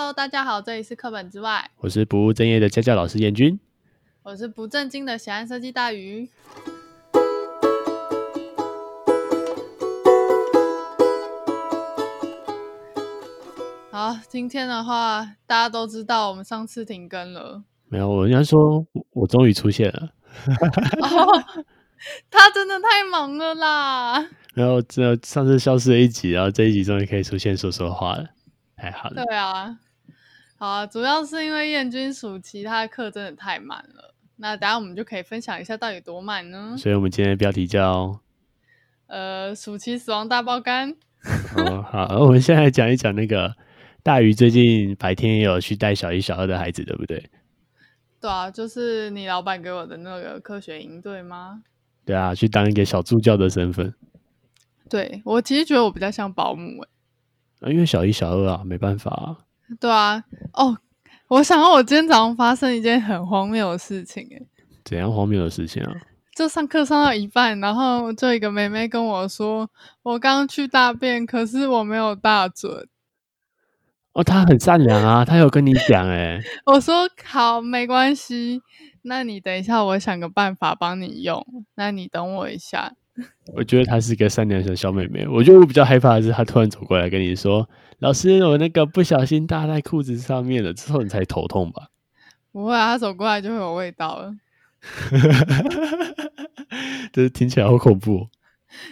Hello，大家好，这里是课本之外，我是不务正业的家教老师燕君。我是不正经的喜爱设计大鱼。好，今天的话，大家都知道我们上次停更了，没有，我人家说我我终于出现了，哦、他真的太忙了啦。然后这上次消失了一集，然后这一集终于可以出现说说话了，太好了。对啊，好啊，主要是因为燕君暑期他的课真的太满了，那等下我们就可以分享一下到底多满呢？所以我们今天的标题叫……呃，暑期死亡大爆肝。哦，好，我们现在讲一讲那个大鱼最近白天也有去带小一、小二的孩子，对不对？对啊，就是你老板给我的那个科学营，对吗？对啊，去当一个小助教的身份，对我其实觉得我比较像保姆诶、啊、因为小一、小二啊，没办法、啊，对啊，哦，我想到我今天早上发生一件很荒谬的事情诶、怎样荒谬的事情啊？就上课上到一半，然后就一个妹妹跟我说，我刚刚去大便，可是我没有大准。哦，他很善良啊，他有跟你讲哎、我说好，没关系，那你等一下，我想个办法帮你用，那你等我一下。我觉得她是个善良的小妹妹。我觉得我比较害怕的是，她突然走过来跟你说：“老师，我那个不小心搭在裤子上面了。”之后你才头痛吧？ 不会啊，她走过来就会有味道了。这听起来好恐怖哦。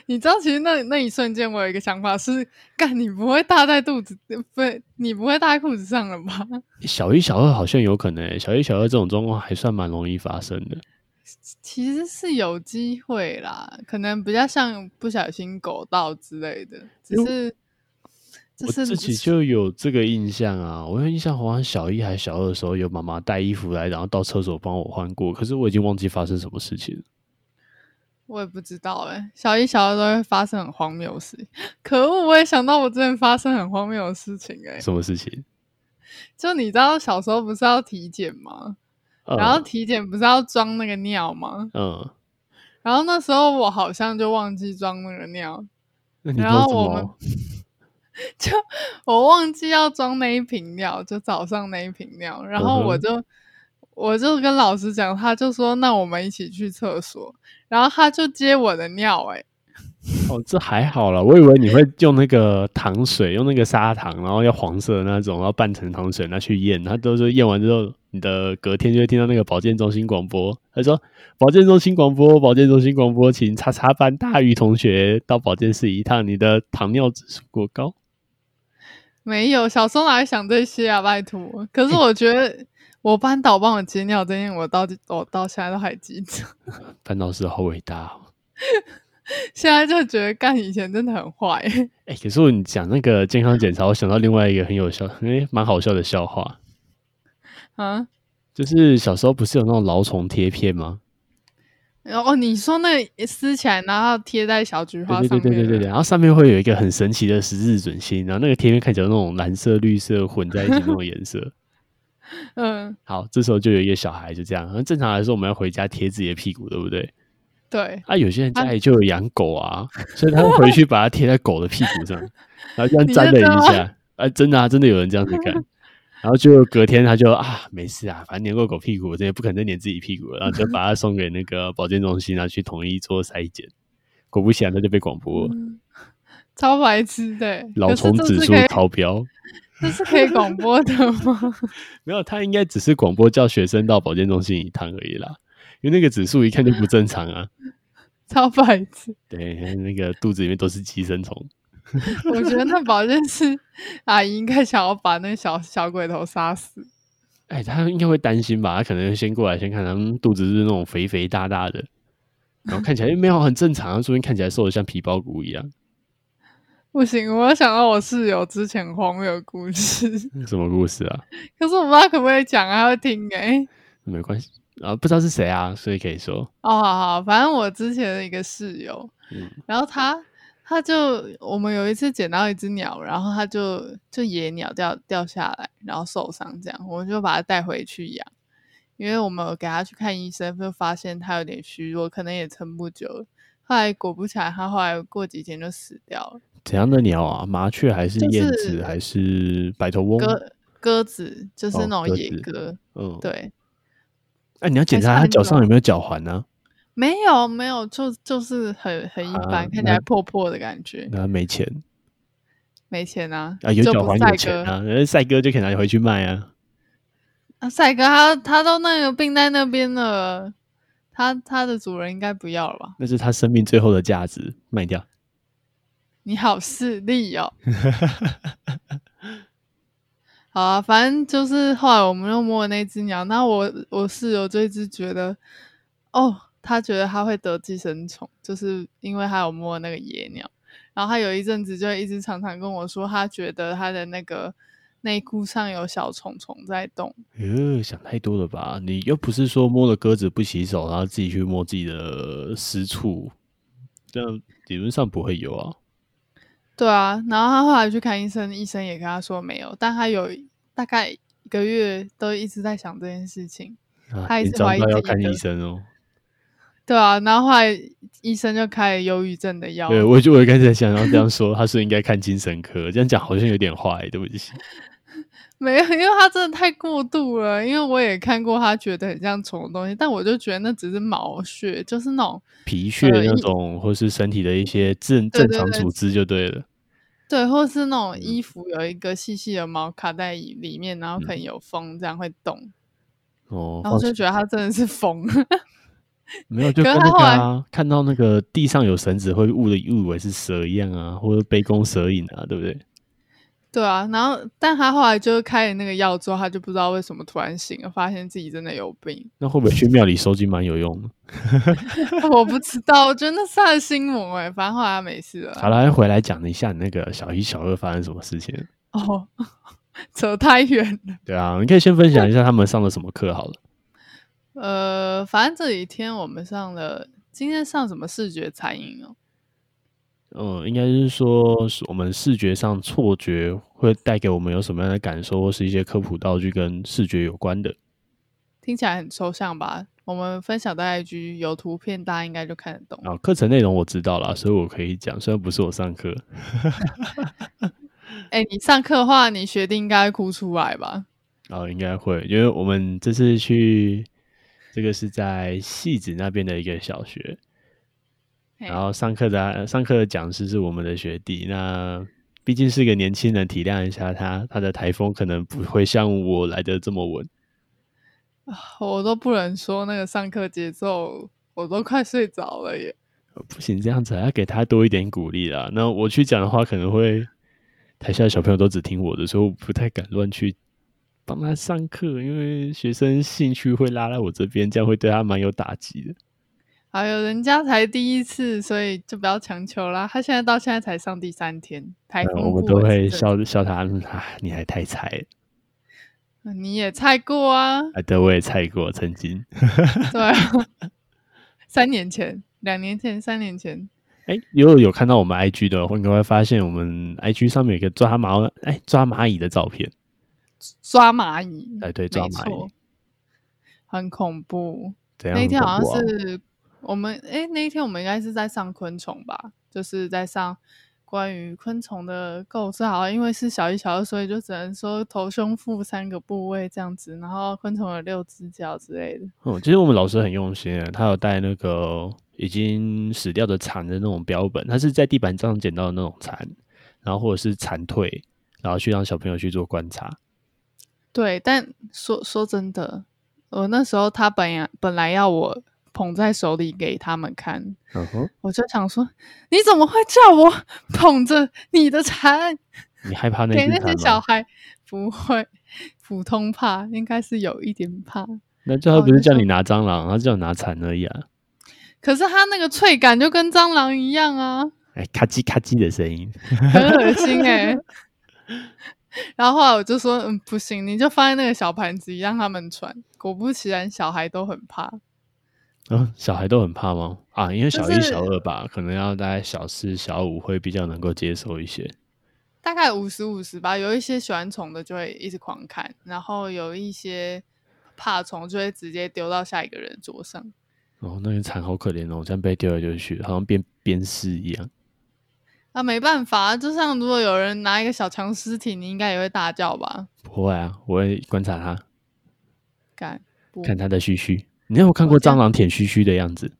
你知道，其实那那一瞬间，我有一个想法是：干，你不会搭在肚子，不是，你不会搭在裤子上了吧？ 小一、小二好像有可能欸、小一、小二这种状况还算蛮容易发生的。其实是有机会啦，可能比较像不小心狗到之类的，只因是这我是自己就有这个印象啊，我有印象，好像小一还小二的时候，有妈妈带衣服来，然后到厕所帮我换过，可是我已经忘记发生什么事情了。我也不知道哎、小一、小二都会发生很荒谬的事 情。可恶，我也想到我之前发生很荒谬的事情哎、什么事情？就你知道小时候不是要体检吗？然后体检不是要装那个尿吗？嗯，嗯然后那时候我好像就忘记装那个尿，那你然做后什我们么？哦就我忘记要装那一瓶料，就早上那一瓶料，然后嗯哼我就、我就跟老师讲，他就说那我们一起去厕所，然后他就接我的尿、欸，哦，这还好啦，我以为你会用那个糖水，用那个砂糖，然后要黄色的那种，然后拌成糖水拿去验。他都说验完之后，你的隔天就会听到那个保健中心广播，他说保健中心广播，保健中心广播，请叉叉班大鱼同学到保健室一趟，你的糖尿指数过高。没有，小时候哪会想这些啊，拜托。可是我觉得我班导帮我接尿这件，我到我到现在都还记得， 班老师好伟大哦！现在就觉得干以前真的很坏、欸哎、可是我你讲那个健康检查，我想到另外一个很有效，哎，蛮好笑的笑话，啊。就是小时候不是有那种蛲虫贴片吗？然后哦你说那撕起来，然后贴在小菊花对上对面的，对对对对，然后上面会有一个很神奇的十字准心，然后那个贴片看起来有那种蓝色、绿色混在一起那种 颜色。嗯，好，这时候就有一个小孩就这样，那正常来说我们要回家贴自己的屁股，对不对？对，啊，有些人家啊里就有养狗啊，所以他会回去把它贴在狗的屁股上，然后这样你粘了认真一吗下，啊，真的啊，真的有人这样 子干。然后就隔天他就啊没事啊，反正粘过狗屁股，这也不可能再粘自己屁股了，然后就把它送给那个保健中心，然后去统一做筛检。果不其然，他就被广播了嗯，超白痴的、欸。老可是虫这指是数可以超标。 这是可以广播的吗？ 没有，他应该只是广播叫学生到保健中心一趟而已啦，因为那个指数一看就不正常啊。 超白痴！对，那个肚子里面都是寄生虫。我觉得那保健室 阿姨应该想要把那小小鬼头杀死。哎，他应该会担心吧？他可能先过来先看他们肚子是不是那种肥肥大大的，然后看起来、哎没有很正常啊，说不定看起来瘦的像皮包骨一样。不行，我又想到我室友之前荒谬的故事， 什么故事啊？可是我不知道可不可以讲，他会听哎、没关系啊，不知道是谁啊，所以可以说，哦，好好，反正我之前的一个室友，嗯，然后他他就我们有一次捡到一只鸟，然后他就就野鸟掉掉下来，然后受伤这样，我们就把它带回去养，因为我们有给它去看医生，就发现它有点虚弱，可能也撑不久了。后来果不其然，它后来过几天就死掉了。怎样的鸟啊？麻雀还是就燕是子还是白头翁？隔鸽子就是哦那种鸽野子鸽，嗯，对，哎、你要检还是查要他很脚上久有没有脚环啊呢、没有没有，就就是很很一啊般，看起那来破破的感觉，那他没钱没钱啊，啊，有就脚不环赛有钱鸽啊，人家赛哥就可以拿回去卖啊。啊，赛哥他他都那个病在那边了，他他的主人应该不要了吧？那是他生命最后的价值，卖掉。你好势利哦！好啊，反正就是后来我们又摸了那只鸟，那我我室友就一直觉得，哦，他觉得他会得寄生虫，就是因为他有摸那个野鸟，然后他有一阵子就一直常常跟我说，他觉得他的那个内裤上有小虫虫在动。呃，想太多了吧？你又不是说摸了鸽子不洗手，然后自己去摸自己的私处，这样理论上不会有啊。对啊，然后他后来去看医生，医生也跟他说没有，但他有大概一个月都一直在想这件事情。啊他一你直早怀知疑道要自己看的医生哦。对啊，然后后来医生就开了忧郁症的药，对，我就我刚才想要这样说，他是应该看精神科，这样讲好像有点坏，对不起。没有，因为他真的太过度了。因为我也看过他觉得很像虫的东西，但我就觉得那只是毛屑，就是那种皮屑呃那一种，或是身体的一些正对正对常对处置就对了。对，或是那种嗯衣服有一个细细的毛卡在里面，然后可能有风这样会动，哦，然后放就觉得他真的是疯。没 有，就可跟是那他个后来啊，看到那个地上有绳子会误的误以为是蛇一样啊，或者杯弓蛇影啊，对不对？对啊，然后但他后来就开了那个药之后，他就不知道为什么突然醒了，发现自己真的有病。 那会不会去庙里收金蛮有用的？我不知道，我觉得那是他的心魔哎、反正后来他没事了好啦。了，回来讲一下你那个小一、小二发生什么事情。哦， 扯太远了。对啊，你可以先分享一下他们上了什么课好了。呃，反正这几天我们上了，今天上什么视觉餐饮哦？嗯，应该是说是我们视觉上错觉会带给我们有什么样的感受，或是一些科普道具跟视觉有关的。听起来很抽象吧？我们分享到 IG 有图片，大家应该就看得懂。啊，课程内容我知道啦，所以我可以讲，虽然不是我上课。哎、你上课的话，你学弟应该会哭出来吧？然哦后应该会，因为我们这次去，这个是在戏子那边的一个小学，嘿然后上课的啊上课的讲师是我们的学弟，那毕竟是个年轻人，体谅一下他，他的台风可能不会像我来的这么稳。哎我都不能说那个上课节奏，我都快睡着了耶。呃不行，这样子还要给他多一点鼓励啦。那我去讲的话，可能会台下的小朋友都只听我的，所以我不太敢乱去帮他上课，因为学生兴趣会拉来我这边，这样会对他蛮有打击的。还有人家才第一次，所以就不要强求啦。他现在到现在才上第三天，台呃风我们不都稳是会正笑笑他，嗯啊，你还太菜了常，你也菜过啊，啊！对，我也菜过，曾经。对啊，三年前、两年前、三年前，哎，如果有看到我们 IG 的话，应该会发现我们 IG 上面有一个抓蚂哎抓蚂蚁的照片。抓蚂蚁，哎，对，没抓蚂错蚁，很恐怖。怎样那一很恐天怖好啊？像是我们哎、那一天我们应该是在上昆虫吧，就是在上关于昆虫的构造，好像因为是小一、小二，所以就只能说头、胸、腹三个部位这样子，然后昆虫有六只脚之类的。嗯，其实我们老师很用心的，他有带那个已经死掉的蝉的那种标本，他是在地板上捡到的那种蝉，然后或者是蝉蜕，然后去让小朋友去做观察。对，但说说真的，我那时候他本来本来要我捧在手里给他们看，嗯哼，我就想说，你怎么会叫我 捧着你的蝉你害怕那给那只些蝉小吗？孩？不会，普通怕，应该是有一点怕。那最后哦不是那叫时候你拿蟑螂，他叫你拿蝉而已啊。可是它那个脆感就跟蟑螂一样啊，哎，咔叽咔叽的声音。很恶心哎、 然后后来我就说，嗯，不行，你就放在那个小盘子里让他们传。果不其然，小孩都很怕。啊，小孩都很怕吗？啊，因为就小一、是小二吧，可能要大概小四、小五会比较能够接受一些。大概五十五十吧。有一些喜欢虫的就会一直狂看，然后有一些怕虫就会直接丢到下一个人桌上。哦，那个蝉好可怜哦，这样被丢来丢去，好像变鞭尸一样。啊，没办法，就像如果有人拿一个小强尸体，你应该也会大叫吧？不会啊，我会观察它，干不看它的须须。你有看过蟑螂舔须须的样子？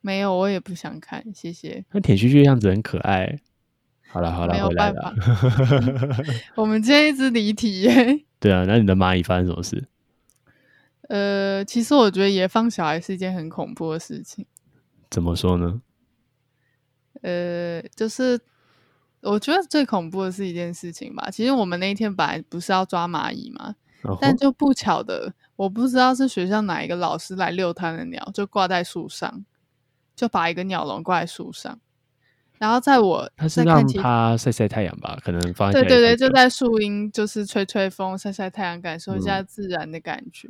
没有，我也不想看，谢谢。它舔须须的样子很可爱。好了好没了，有回来办了。 我们今天一直离题耶。对啊，那你的蚂蚁发生什么事？呃，其实我觉得野放小孩是一件很恐怖的事情。怎么说呢？呃，就是我觉得最恐怖的是一件事情吧。其实我们那一天本来不是要抓蚂蚁嘛，然后但就不巧的，我不知道是学校哪一个老师来遛他的鸟，就挂在树上，就把一个鸟笼挂在树上，然后在我它是在看让其它晒晒太阳吧？可能放在对家对里对，太久就在树荫，就是吹吹风、晒晒太阳，感受一下自然的感觉。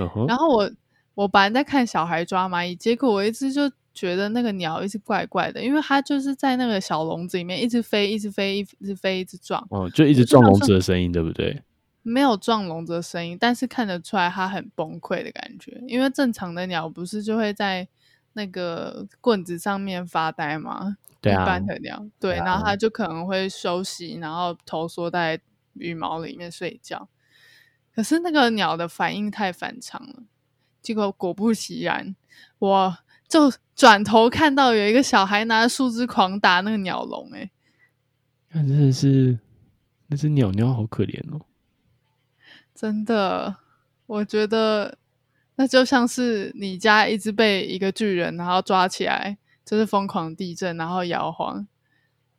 嗯哼然后我我本来在看小孩抓蚂蚁，结果我一直就觉得那个鸟一直怪怪的，因为它就是在那个小笼子里面一直飞，一直飞，一直飞，一直撞，哦，就一直就撞像笼是子的声音，对不对？没有撞笼子的声音，但是看得出来它很崩溃的感觉。因为正常的鸟不是就会在那个棍子上面发呆吗？对一啊般，的鸟，对，对啊然后它就可能会休息，然后头缩在羽毛里面睡觉。可是那个鸟的反应太反常了，结果果不其然，我就转头看到有一个小孩拿着树枝狂打那个鸟笼、欸，那真的是那只鸟鸟好可怜哦。真的，我觉得那就像是你家一直被一个巨人然后抓起来，就是疯狂地震，然后摇晃，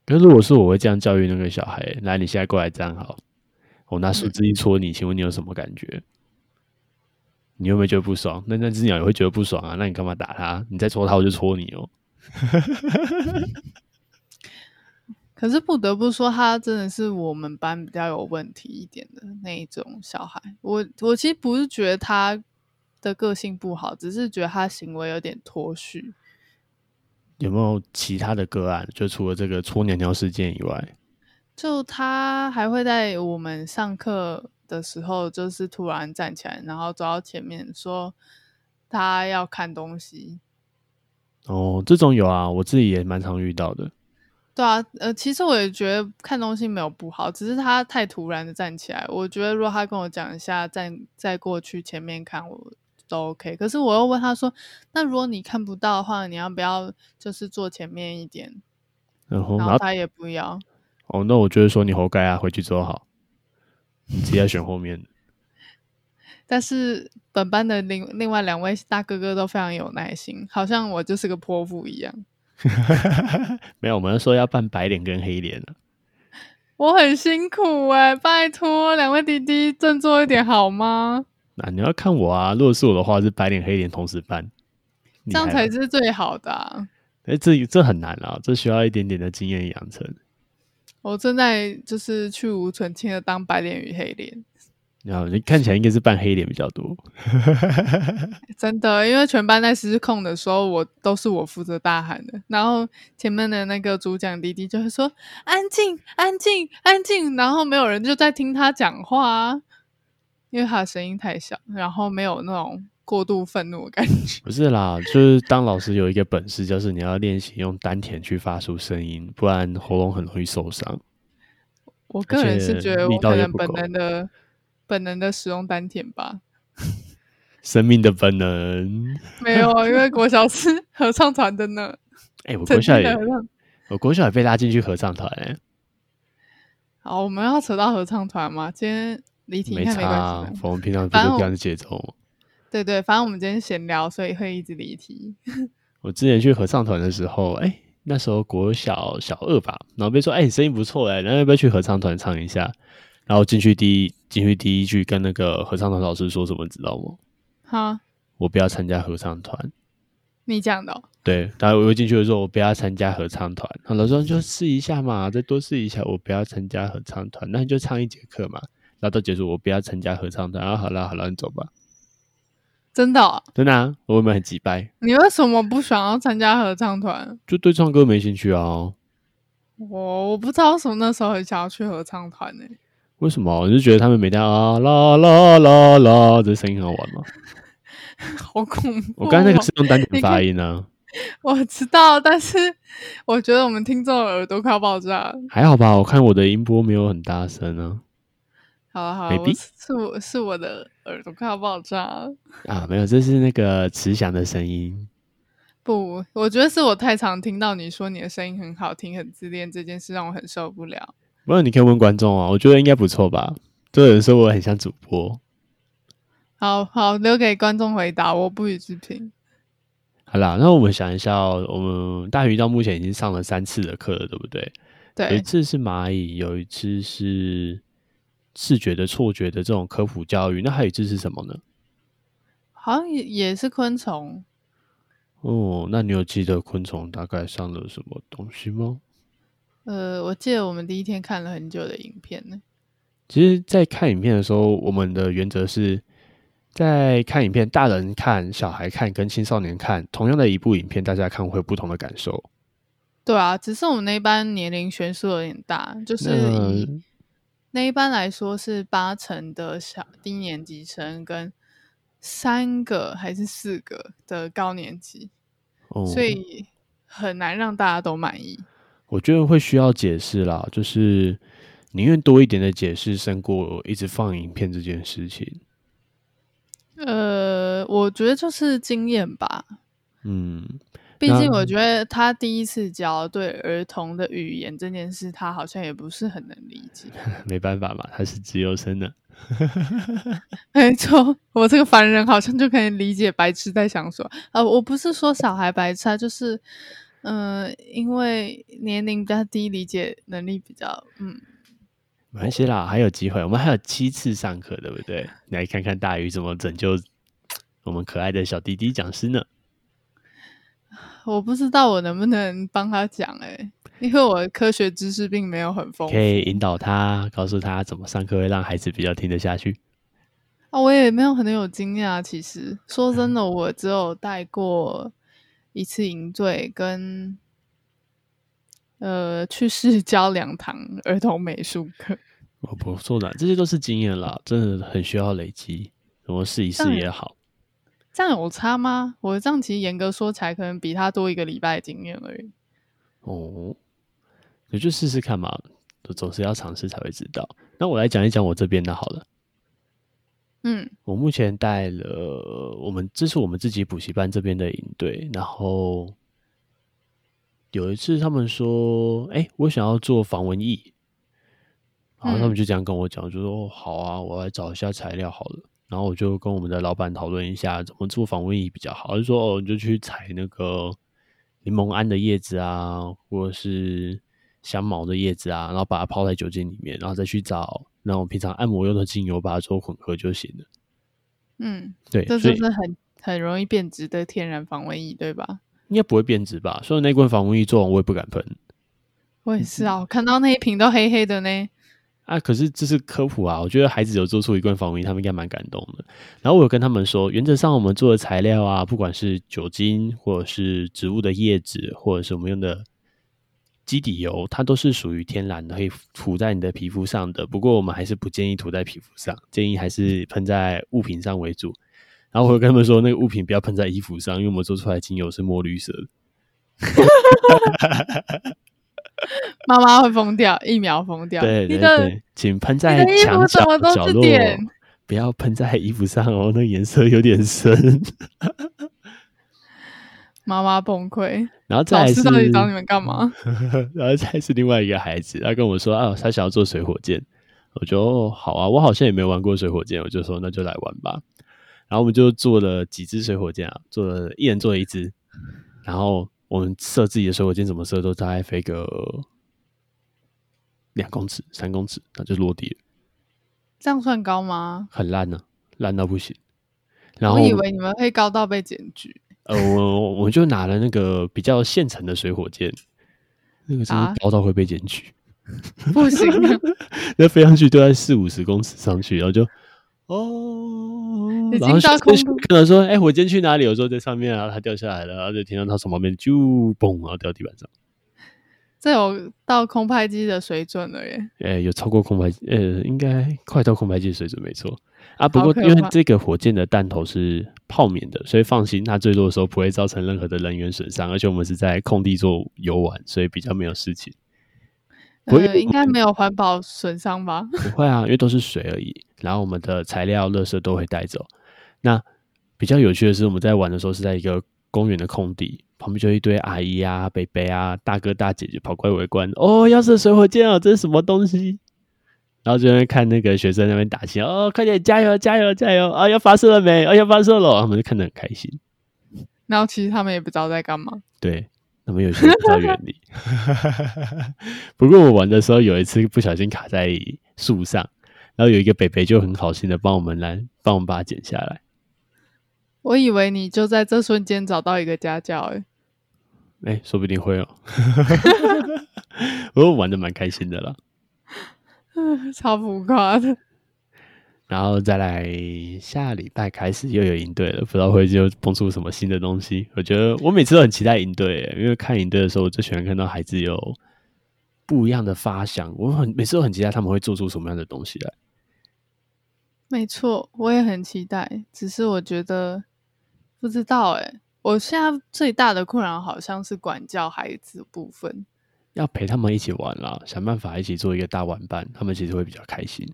可是如果是我会这样教育那个小孩，来，你现在过来站好，我拿树枝一戳你，请问你有什么感觉？你有没有觉得不爽？那那只鸟也会觉得不爽啊，那你干嘛打它？你再戳它，我就戳你哦。可是不得不说，他真的是我们班比较有问题一点的那一种小孩。我我其实不是觉得他的个性不好，只是觉得他行为有点脱序。有没有其他的个案？就除了这个戳鸟鸟事件以外，就他还会在我们上课的时候，就是突然站起来，然后走到前面说他要看东西。哦，这种有啊，我自己也蛮常遇到的。对啊，呃，其实我也觉得看东西没有不好，只是他太突然的站起来。我觉得如果他跟我讲一下，再再过去前面看我都 OK。可是我又问他说，那如果你看不到的话，你要不要就是坐前面一点？然后，然然后后他也不要，哦，那我就会说你活该啊，回去之后好，你直接选后面的。但是本班的另另外两位大哥哥都非常有耐心，好像我就是个泼妇一样。没有，我们说要扮白脸跟黑脸啊。我很辛苦哎、拜托两位弟弟振作一点好吗？啊，你要看我啊！如果是我的话，是白脸黑脸同时扮，这样厉害才吧是最好的啊、哎、这这很难啊，这需要一点点的经验养成。我正在就是去无存清的当白脸与黑脸，然后你看起来应该是扮黑脸比较多，真的，因为全班在失控的时候，我都是我负责大喊的，然后前面的那个主讲弟弟就会说安静、安静、安静，然后没有人就在听他讲话、啊，因为他的声音太小，然后没有那种过度愤怒的感觉。不是啦，就是当老师有一个本事，就是你要练习用丹田去发出声音，不然喉咙很容易受伤。我个人是觉而且得力我道可也能不本够能的本能的使用丹田吧，生命的本能。没有，啊，因为国小是 合唱团的呢，哎、我国曾经小的也，合唱。我国小也被拉进去合唱团、欸，好，我们要扯到合唱团吗？今天离题应没该没差关啊、系吧。我们平常不反正就我这样的节奏吗？对对，反正我们今天闲聊，所以会一直离题。我之前去合唱团的时候，哎、那时候国小小二吧，然后被说，哎、你声音不错哎、然后要不要去合唱团唱一下？然后进去第一进去第一句跟那个合唱团老师说什么，你知道吗？哈，我不要参加合唱团。你讲的哦、对，然后我又进去的时候，我不要参加合唱团。然后老师说就试一下嘛，再多试一下。我不要参加合唱团，那你就唱一节课嘛。然后到结束，我不要参加合唱团。然后啊好了好了，你走吧。真的哦、真的、啊，我有没有很急掰？你为什么不想要参加合唱团？就对唱歌没兴趣啊？我我不知道为什么那时候很想要去合唱团呢、 为什么？我就觉得他们每天啊啦啦啦啦，这声音很好玩嘛。好恐怖、哦！我刚才那个是用丹你田可发以音啊，我知道，但是我觉得我们听众的耳朵快要爆炸了。还好吧？我看我的音波没有很大声啊。好了好了，我 Maybe 是是我是我的耳朵快要爆炸了。啊，没有，这是那个慈祥的声音。不，我觉得是我太常听到你说你的声音很好听、很自恋这件事，让我很受不了。不然你可以问观众啊，我觉得应该不错吧？都有人说我很像主播。好好，留给观众回答，我不予置评。好啦，那我们想一下、哦，我们大鱼到目前已经上了三次的课了，对不对？有一对，次是蚂蚁，有一次是视觉的、错觉的这种科普教育，那还有一次是什么呢？好像也也是昆虫，哦，那你有记得昆虫大概上了什么东西吗？呃，我记得我们第一天看了很久的影片呢。其实，在看影片的时候，我们的原则是在看影片，大人看、小孩看跟青少年看同样的一部影片，大家看会有不同的感受。对啊，只是我们那一班年龄悬殊有点大，就是那以那一班来说是八成的小低年级生跟三个还是四个的高年级，哦，所以很难让大家都满意。我觉得会需要解释啦，就是宁愿多一点的解释，胜过一直放影片这件事情。呃，我觉得就是经验吧，嗯，毕那竟我觉得他第一次教对儿童的语言这件事，他好像也不是很能理 解。没办法嘛，他是自由生的。没错，我这个凡人好像就可以理解白痴在想什么。呃，我不是说小孩白痴啊，就是，嗯、因为年龄比较低，理解能力比较，嗯，没关系啦，还有机会，我们还有七次上课，对不对？ 你来看看大鱼怎么拯救我们可爱的小弟弟讲师呢？我不知道我能不能帮他讲诶、因为我的科学知识并没有很丰富可以引导他，告诉他怎么上课会让孩子比较听得下去。啊，我也没有很有经验啊。其实说真嗯的，我只有带过一次营队跟。呃，去 市郊两堂儿童美术课，哦，不错的，这些都是经验啦，真的很需要累积，怎么试一试当然也好。这样有差吗？我这样其实严格说起来，可能比他多一个礼拜的经验而已。哦，你就试试看嘛，总总是要尝试才会知道。那我来讲一讲我这边的好了。嗯，我目前带了我们，这是我们自己补习班这边的营队，然后有一次他们说：“哎、我想要做防蚊液。”然后他们嗯就这样跟我讲，就说：“哦，好啊，我来找一下材料好了。”然后我就跟我们的老板讨论一下怎么做防蚊液比较好。他就说：“哦，你就去采那个柠檬桉的叶子啊，或者是香茅的叶子啊，然后把它泡在酒精里面，然后再去找那种平常按摩用的精油，把它做混合就行了。”嗯，对，这所就以是很很容易变质的天然防蚊液，对吧？应该不会变质吧？所以那罐防蚊液做完，我也不敢喷我嗯也是啊，我看到那一瓶都黑黑的呢。啊。可是这是科普啊，我觉得孩子有做出一罐防蚊液，他们应该蛮感动的。然后我有跟他们说，原则上我们做的材料啊，不管是酒精，或者是植物的叶子，或者是我们用的基底油，它都是属于天然的，可以涂在你的皮肤上的。不过我们还是不建议涂在皮肤上，建议还是喷在物品上为主。然后我有跟他们说，那个物品不要喷在衣服上，因为我们做出来的精油是墨绿色的。妈妈会疯掉，一秒疯掉。对你对的对，请喷你在的衣服墙怎角么都角是落点，不要喷在衣服上哦，那颜色有点深。妈妈崩溃，然后再老来师是，到底找你们干嘛？ 然后再来是另外一个孩子，他跟我说啊，他想要做水火箭，我就、哦、好啊，我好像也没玩过水火箭，我就说那就来玩吧。然后我们就做了几支水火箭啊，做了一人做了一支，然后我们射自己的水火箭怎么射都大概飞个两公尺、三公尺，那就落地了。这样算高吗？很烂呢、烂到不行。然后我以为你们会高到被检举。 呃，我我就拿了那个比较现成的水火箭，那个真啊是高到会被检举， 不行啊，那、飞上去都在四五十公尺上去，然后就哦，已然后经到就空就中跟他说：“哎、火箭去哪里？”我说：“在上面啊。”然后它掉下来了，然后就听到它从旁边就嘣，然后掉地板上。这有到空拍机的水准了耶！呃、有超过空白，呃，应该快到空白机的水准，没错啊。不好过可因为怕这个火箭的弹头是泡棉的，所以放心，它坠落的时候不会造成任何的人员损伤，而且我们是在空地做游玩，所以比较没有事情。不会因呃，为应该没有环保损伤吧？ 不会啊，因为都是水而已。然后我们的材料、垃圾都会带走。那比较有趣的是，我们在玩的时候是在一个公园的空地，旁边就一堆阿姨啊、伯伯啊、大哥大姐姐跑过来围观。哦，要是水火箭哦，这是什么东西？然后就在那边看那个学生在那边打气，哦，快点加油加油加油！啊，要发射了没？啊，要发射了！他们就看得很开心。然后其实他们也不知道在干嘛。对，那么有些人不知道原理。 不过我玩的时候有一次不小心卡在树上，然后有一个北北就很好心的帮我们来帮我们把它剪下来。我以为你就在这瞬间找到一个家教，哎，哎，说不定会哦。 不过玩的蛮开心的啦。 超浮夸的。然后再来下礼拜开始又有营队了，不知道会就碰出什么新的东西。我觉得我每次都很期待营队耶，因为看营队的时候，我最喜欢看到孩子有不一样的发想。我很每次都很期待他们会做出什么样的东西来。没错，我也很期待，只是我觉得不知道哎、我现在最大的困扰好像是管教孩子部分。要陪他们一起玩啦，想办法一起做一个大玩伴，他们其实会比较开心。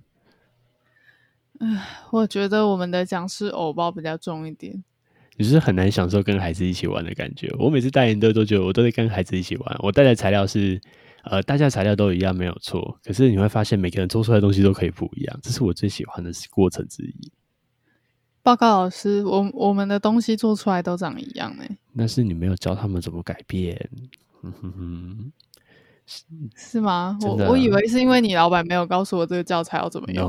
我觉得我们的讲师偶包比较重一点，你是很难享受跟孩子一起玩的感觉。我每次带营队都觉得我都在跟孩子一起玩，我带的材料是，呃，大家材料都一样没有错，可是你会发现每个人做出来的东西都可以不一样，这是我最喜欢的过程之一。报告老师，我我们的东西做出来都长一样哎、但是你没有教他们怎么改变，嗯哼哼是吗？我真的啊我以为是因为你老板没有告诉我这个教材要怎么用。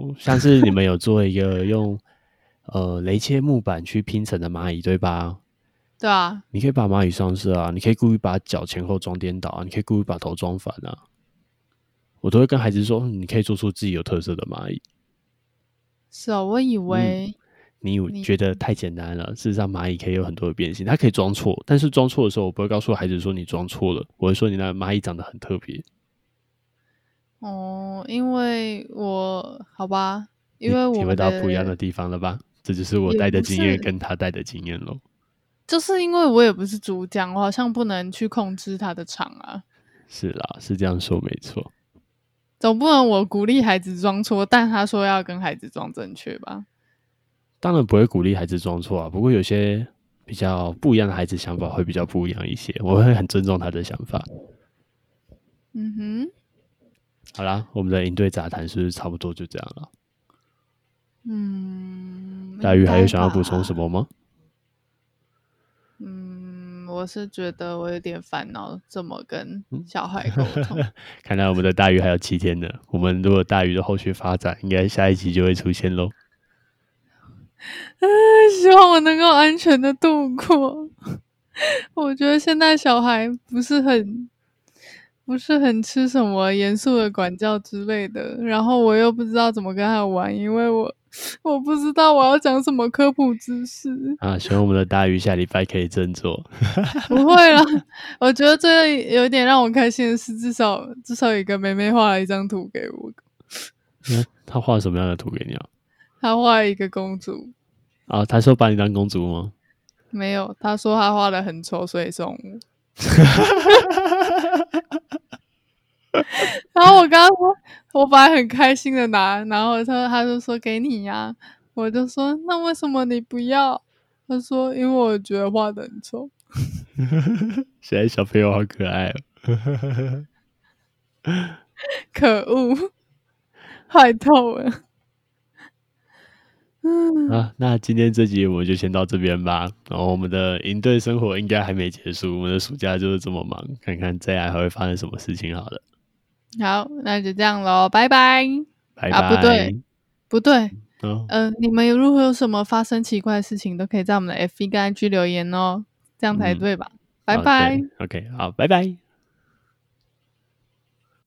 ，no，像是你们有做一个用呃雷切木板去拼成的蚂蚁，对吧？对啊，你可以把蚂蚁上色啊，你可以故意把脚前后装颠倒啊，你可以故意把头装反啊。我都会跟孩子说，嗯你可以做出自己有特色的蚂蚁。是哦，我以为、嗯你有你觉得太简单了，事实上蚂蚁可以有很多的变形，它可以装错，但是装错的时候，我不会告诉孩子说你装错了，我会说你那蚂蚁长得很特别。哦，因为我好吧，因你为我体们会到的不一样的地方了吧？这就是我也带的不经验是跟他带的经验喽。就是因为我也不是主讲，我好像不能去控制他的场啊。是啦，是这样说没错。总不能我鼓励孩子装错，但他说要跟孩子装正确吧？当然不会鼓励孩子装错啊，不过有些比较不一样的孩子想法会比较不一样一些，我会很尊重他的想法。嗯哼，好啦，我们的营队杂谈是不是差不多就这样了？嗯，大鱼还有有想要补充什？么吗？嗯，我是觉得我有点烦恼，怎么跟小孩沟通？ 看来我们的大鱼还有七天呢，我们如果大鱼的后续发展，应该下一集就会出现喽。。希望我能够安全的度过。 我觉得现在小孩不是很不是很吃什么严肃的管教之类的，然后我又不知道怎么跟他玩，因为我我不知道我要讲什么科普知识啊，希望我们的大鱼下礼拜可以振作。不会啦， 我觉得最有一点让我开心的是，至少至少有一个妹妹画了一张图给我，嗯他画什么样的图给你啊？她画了一个公主，啊，他说把你当公主吗？没有，她说她画的很丑，所以送我。 然后我刚刚说，我本来很开心的拿，然后他他就说给你呀、我就说那为什么你不要？他说因为我觉得画的很丑。现在小朋友好可爱哦。可恶， 坏透了。 嗯，啊，那今天这集我们就先到这边吧。然后我们的营队生活应该还没结束，我们的暑假就是这么忙，看看接下来还会发生什么事情好了。好，那就这样喽，拜拜。拜拜。啊不对，不对，嗯，呃，你们如果有什么发生奇怪的事情，都可以在我们的 FB 跟 IG 留言哦，这样才嗯对吧？拜啊拜。对 OK，好，拜拜。